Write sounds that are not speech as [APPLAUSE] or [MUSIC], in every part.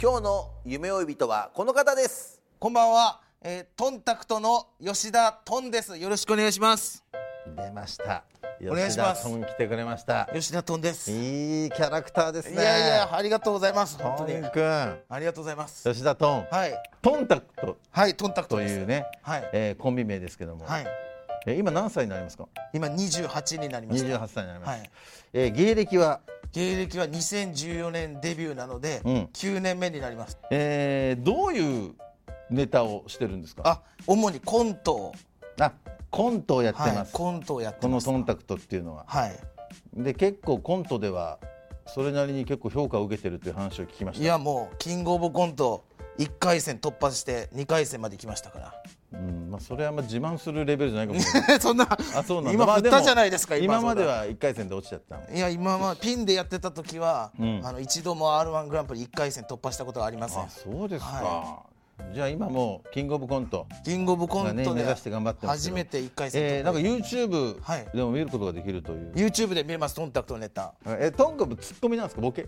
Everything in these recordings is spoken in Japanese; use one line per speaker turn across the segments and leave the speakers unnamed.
今日の夢追い人はこの方です
こんばんは、えー、トンタクトの吉田トンです。よろしくお願いします。
出ました。
お願いします
吉田トン来てくれました。
吉田トンです。い
いいキャラクターですね。
やいや、ありがとうございます。
ト
本当に。
ン君、
ありがとうございます。
吉田トン、
はい、
トンタクト
はい、トンタクト
と
です。
いうね、
はい
えーコンビ名ですけども、
はい、
えー今何歳になりますか？
今二十八になりま
二
し
十
た。
八歳になりま
は
す。
い、
えー芸歴は、
芸歴は2014年デビューなので
うん
九、年目になります。
えーどういうネタをしてるんですか？
あ、主にコントを、
あ、コントをやって
は
ま
い、
す。
コントをやって
こ
ま
の
す。
トンタクトっていうのは、
はい。
で結構コントではそれなりに結構評価を受けてるという話を聞きました。
いやもうキングオブコント一回戦突破して二回戦まで来ましたか
うん、まあそれはあんま自慢するレベルじゃないかもしれない。
[LAUGHS] ら。そんな。
あそうなんだ
今
まあ
振っ
も
たじゃないですか。
今
そ
ま
うだ
では1回戦で落ちちゃったの
いや今まあピンでやってた時は、
うん
あの一度も R1 グランプリ一回戦突破したことはありません
あ。そうですか、
は
じゃあ今もうキングオブコント
キングオブコ
が
ン
ね
ト
目
で
指して頑張ってますけ
初
ど
めて一回戦突破、
えー、なんか YouTube
はい
でも見ることができるという、
YouTube で見れますコンタクトのネタ。
えトンカブツッコミなんですかボケ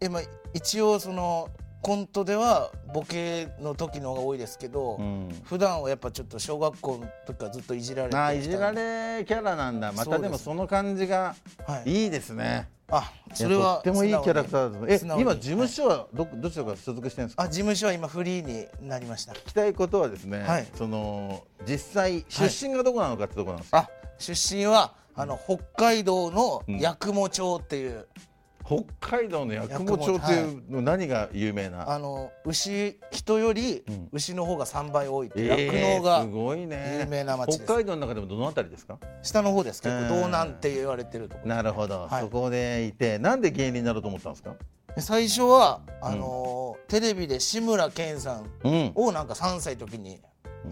えまあ一応そのコントではボケの時の方が多いですけど、
うん
普段はやっぱちょっと小学校の時からずっといじられてき
あ
た
ー
んで
いじられキャラなんだま
そうで
た
す
でもその感じが
はい
いいですね、
あ
いや
それは
とってもいいキャラクターです
素
え
直に
今事務所はど,、どちらから所属してるんですか
あ事務所は今フリーになりました。
聞きたいことはですね、
はい
その実際出身がどこなのかってとこなんですよ、
あ出身はあの北海道の八雲町っていう。
北海道の八雲町っていうの何が有名な
あの牛人より
ん
牛の方が3倍多いって
えー
酪農
す
が
ごいね
有名な町です
北海道の中でもどのあたりですか
下の方です結
う
構
ん
道南って言われてるとこ
なるほど、
はい
そこでいてなんで芸人になろうと思ったんですか
最初はあのーテレビで志村けんさん
うん、
をなんか3歳の時に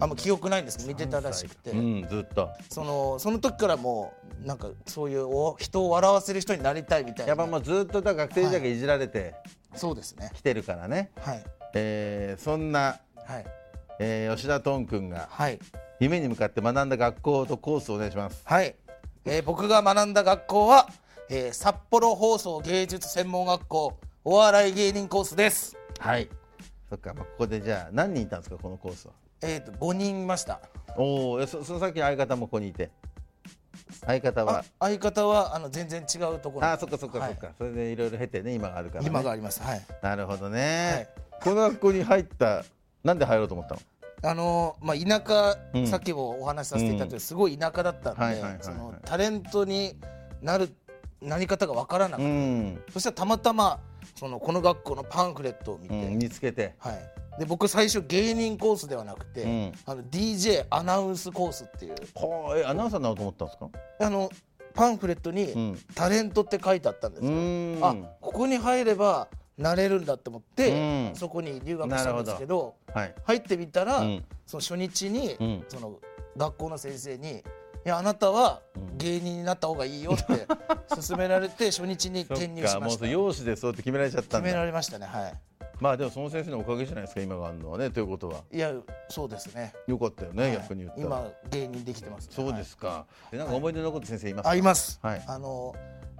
あんま記憶ないんですけど見てたらしくて
うん、ずっと
そのその時からもうなんかそういうお人を笑わせる人になりたいみたい
やっぱ
な
もうずっとだから学生時代がいじられて
そうですね
きてるからね、
はい
えーそんな、
はい
えー吉田トン君が
はい
夢に向かって学んだ学校とコースをお願いします
はい、えー僕が学んだ学校は、えー札幌放送芸術専門学校お笑い芸人コースです
はいそっか、まあ、ここでじゃあ何人いたんですかこのコースは
えっ、と5人いました
おおそそのさっき相方もここにいて相方
あ
は
相方はあの全然違うところ
あーそっかそっかそっか、
は
それでいろいろ経てね今があるから、
い
ね、
今がありますはい
なるほどね、この学校に入ったなんで入ろうと思ったの
あのーまあ、田舎、
うん
さっきもお話しさせていただいたけど、すごい田舎だったんで、
はいはいはいはい
そのタレントになるなり方が分からなく
う
て、
ん、
そしたらたまたまそのこの学校のパンフレットを見
う
て、
ん、見つけて
はい、で僕最初芸人コースではなくて、
うん
あの DJ アナウンスコースっていう
はあえアナウンサーになろうと思ったんですか
あのパンフレットに、
うん
タレントって書いてあったんです
う
よ、
ーん
あここに入ればなれるんだと思って、
うん
そこに留学したんですけど
はい
入ってみたら、
うん
その初日に、
うん
その学校の先生に「いやあなたは芸人になった方がいいよ」
[LAUGHS]
って勧められて初日に転入
そ
し
っか
ま
もうそう
した決
容姿でそうやって決められちゃったん
めら
だ
れましたねは
まあでもその先生のおかげじゃないですか今があるのはねということはい
いやそうですね
よかったよね、逆に言ったら
今芸人できてますね、
そうですか、でなんか思い出のこと先生いますか、
あいます、
はい
あの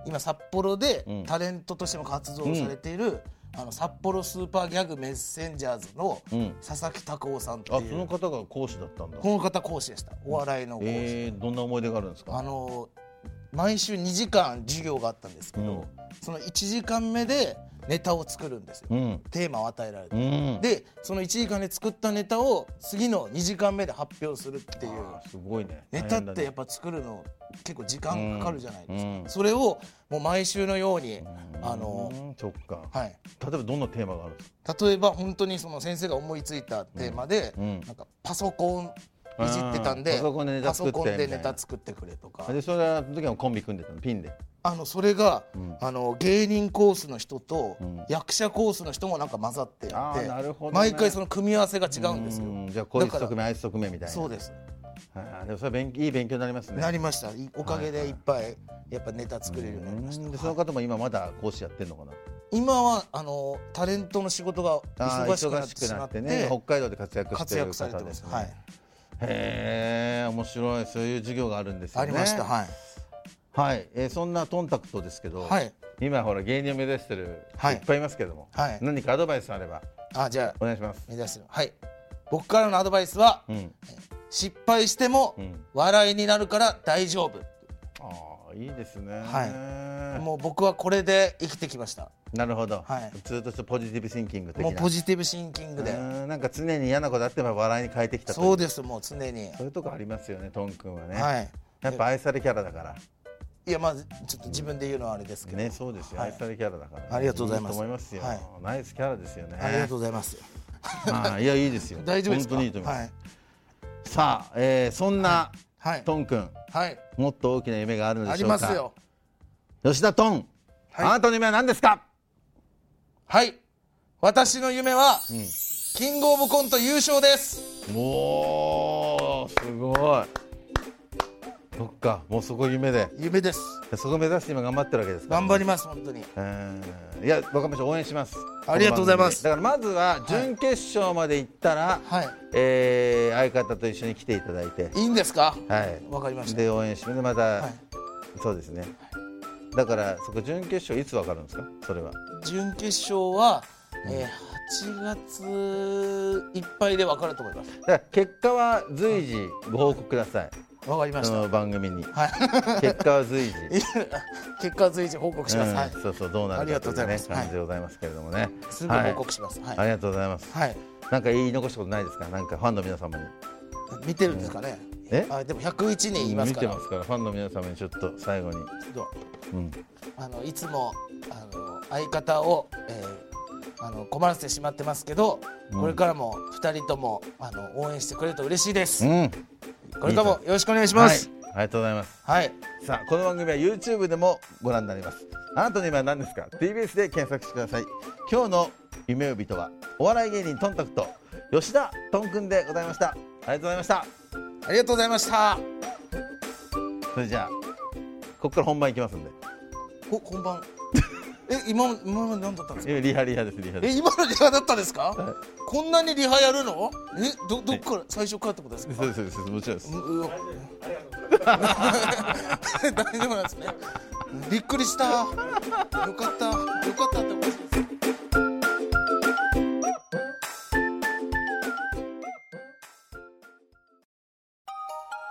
今札幌で
うん
タレントとしても活動されている、あの札幌スーパーギャグメッセンジャーズの
うん
佐々木拓夫さんって
あ
い、
そうの方が講師だったんだ
この方講師でしたお笑いの講師、
えー、どんな思い出があるんですか
あの毎週2時間授業があったんですけど、
うん
その1時間目でネタを作るんですよ、
うん
テーマを与えられて、
うん
でその1時間で作ったネタを次の2時間目で発表するっていう
あーすごいね
ネタってやっ
ぱ
ぱ作るの結構時間かかるじゃないですか、
うんうん
それをもう毎週のように、あの
直感
はい
例えばどんなテーマがあるんですか
例えば本当にその先生が思いついたテーマで、
うんうん
なんかパソコンいじってたんで
あーパソコンでネタ
パ
作っ
ソ
て
コンで
みたいな
ネタ作ってくれとか
でそれはその時はコンビ組んでたのピンで
あのそれが、
ん
あの芸人コースの人と、
ん
役者コースの人もなんか混ざって
あ
やって
ーなるほどね
毎回その組み合わせが違うんですよ
うんじゃあこういう
だ
側
から
面あいつ側面みたいな
そうです
あーでもそれは勉いい勉強になりますね
なりましたいおかげでいっぱいやっぱネタ作れるようになりました、
うんで
はい
その方も今まだ講師やってるのかな
今はあのタレントの仕事が
あー
忙しくなってしまって
ね北海道で活躍して
活
る方
躍
です
されてます、はい、
へえ面白いそういう授業があるんですよね
ありましたはい
はい、えーそんなトンタクトですけど、
はい
今ほら芸人を目指してる、
はい
い、っぱいいますけども、
はい
何かアドバイスあれば
あじゃあ
お願いします。
目指してるはい僕からのアドバイスは、
うん、
失敗しても
うん
笑いになるから大丈夫、
ああいいですね。
もう僕はこれで生きてきました
なるほど、
はい
ずっとしたポジティブシンキング的な。
もうポジティブシンキングで、
うんなんか常に嫌なことあっても笑いに変えてきたとい
そうですもう常に、
そういうとこありますよねトン君はね。
はい
やっぱ愛されキャラだから。
いやまあちょっと自分で言うのはあれですけど、
ね、そうですよ、
はい
愛されキャラだから、
ありがとうございます
と思いますよ、
はい
ナイスキャラですよね。
ありがとうございます
まあいやいいですよ。
大丈夫ですか
本当にいいと思います。
はい
さあ、えー、そんな、
はい
トン君。
はい
もっと大きな夢があるので
あ
し
り
ょうか
ますよ
吉田トン、
はい
あなたの夢は何ですか
はい私の夢は、キングオブコント優勝です
おーすごいそっかもうそこ夢で
夢です
そこ目指して今頑張ってるわけですから
頑張ります本当に
うんいやわかりました応援します
ありがとうございます
この番組でだからまずは準決勝まで行ったら、
はい
えー相方と一緒に来ていただいて
いいんですか
はい
わかりました
で応援してでまた、
はい
そうですねだからそこ準決勝いつわかるんですかそれは
準決勝は、えー、8月いっぱいで分かると思います
だから結果は随時ご報告ください、
分かりまし
こ
た、
の番組に、
はい
結果は随時、
[LAUGHS] 結果は随時報告します、はい
うんそうそうどうなるか
ありがとうございます
とうね感じでございますけれどもね、
すぐ報告します
はい
は
あ
い、
りがとうございます、
はい、
なんか言い残したことないですかなんかファンの皆様に
見てるんですかね、
え
あでも101人います
見
から
てますからファンの皆様にちょっと最後に、
どう
うん、
あのいつもあの相方を、えーあの困らせてしまってますけど、これからも2人ともあの応援してくれると嬉しいです、
うん、
これからもよろしくお願いします
はい、ありがとうございます
はい、
さあこの番組は YouTube でもご覧になりますあなたの夢は何ですか TBS で検索してください今日の夢呼びとはお笑い芸人トンタクト吉田トンくんでございましたありがとうございました
ありがとうございました
それじゃあここから本番いきますんで
ほ本番え今今まで何だったんですか
今リハリハですリハで
え
す
今のリハだったんですか、こんなにリハやるのえどどっから、最初からってことですか
そうですそうですもちろんです
ううわ [LAUGHS] 大丈夫なんですねびっくりしたよかったよかったって思います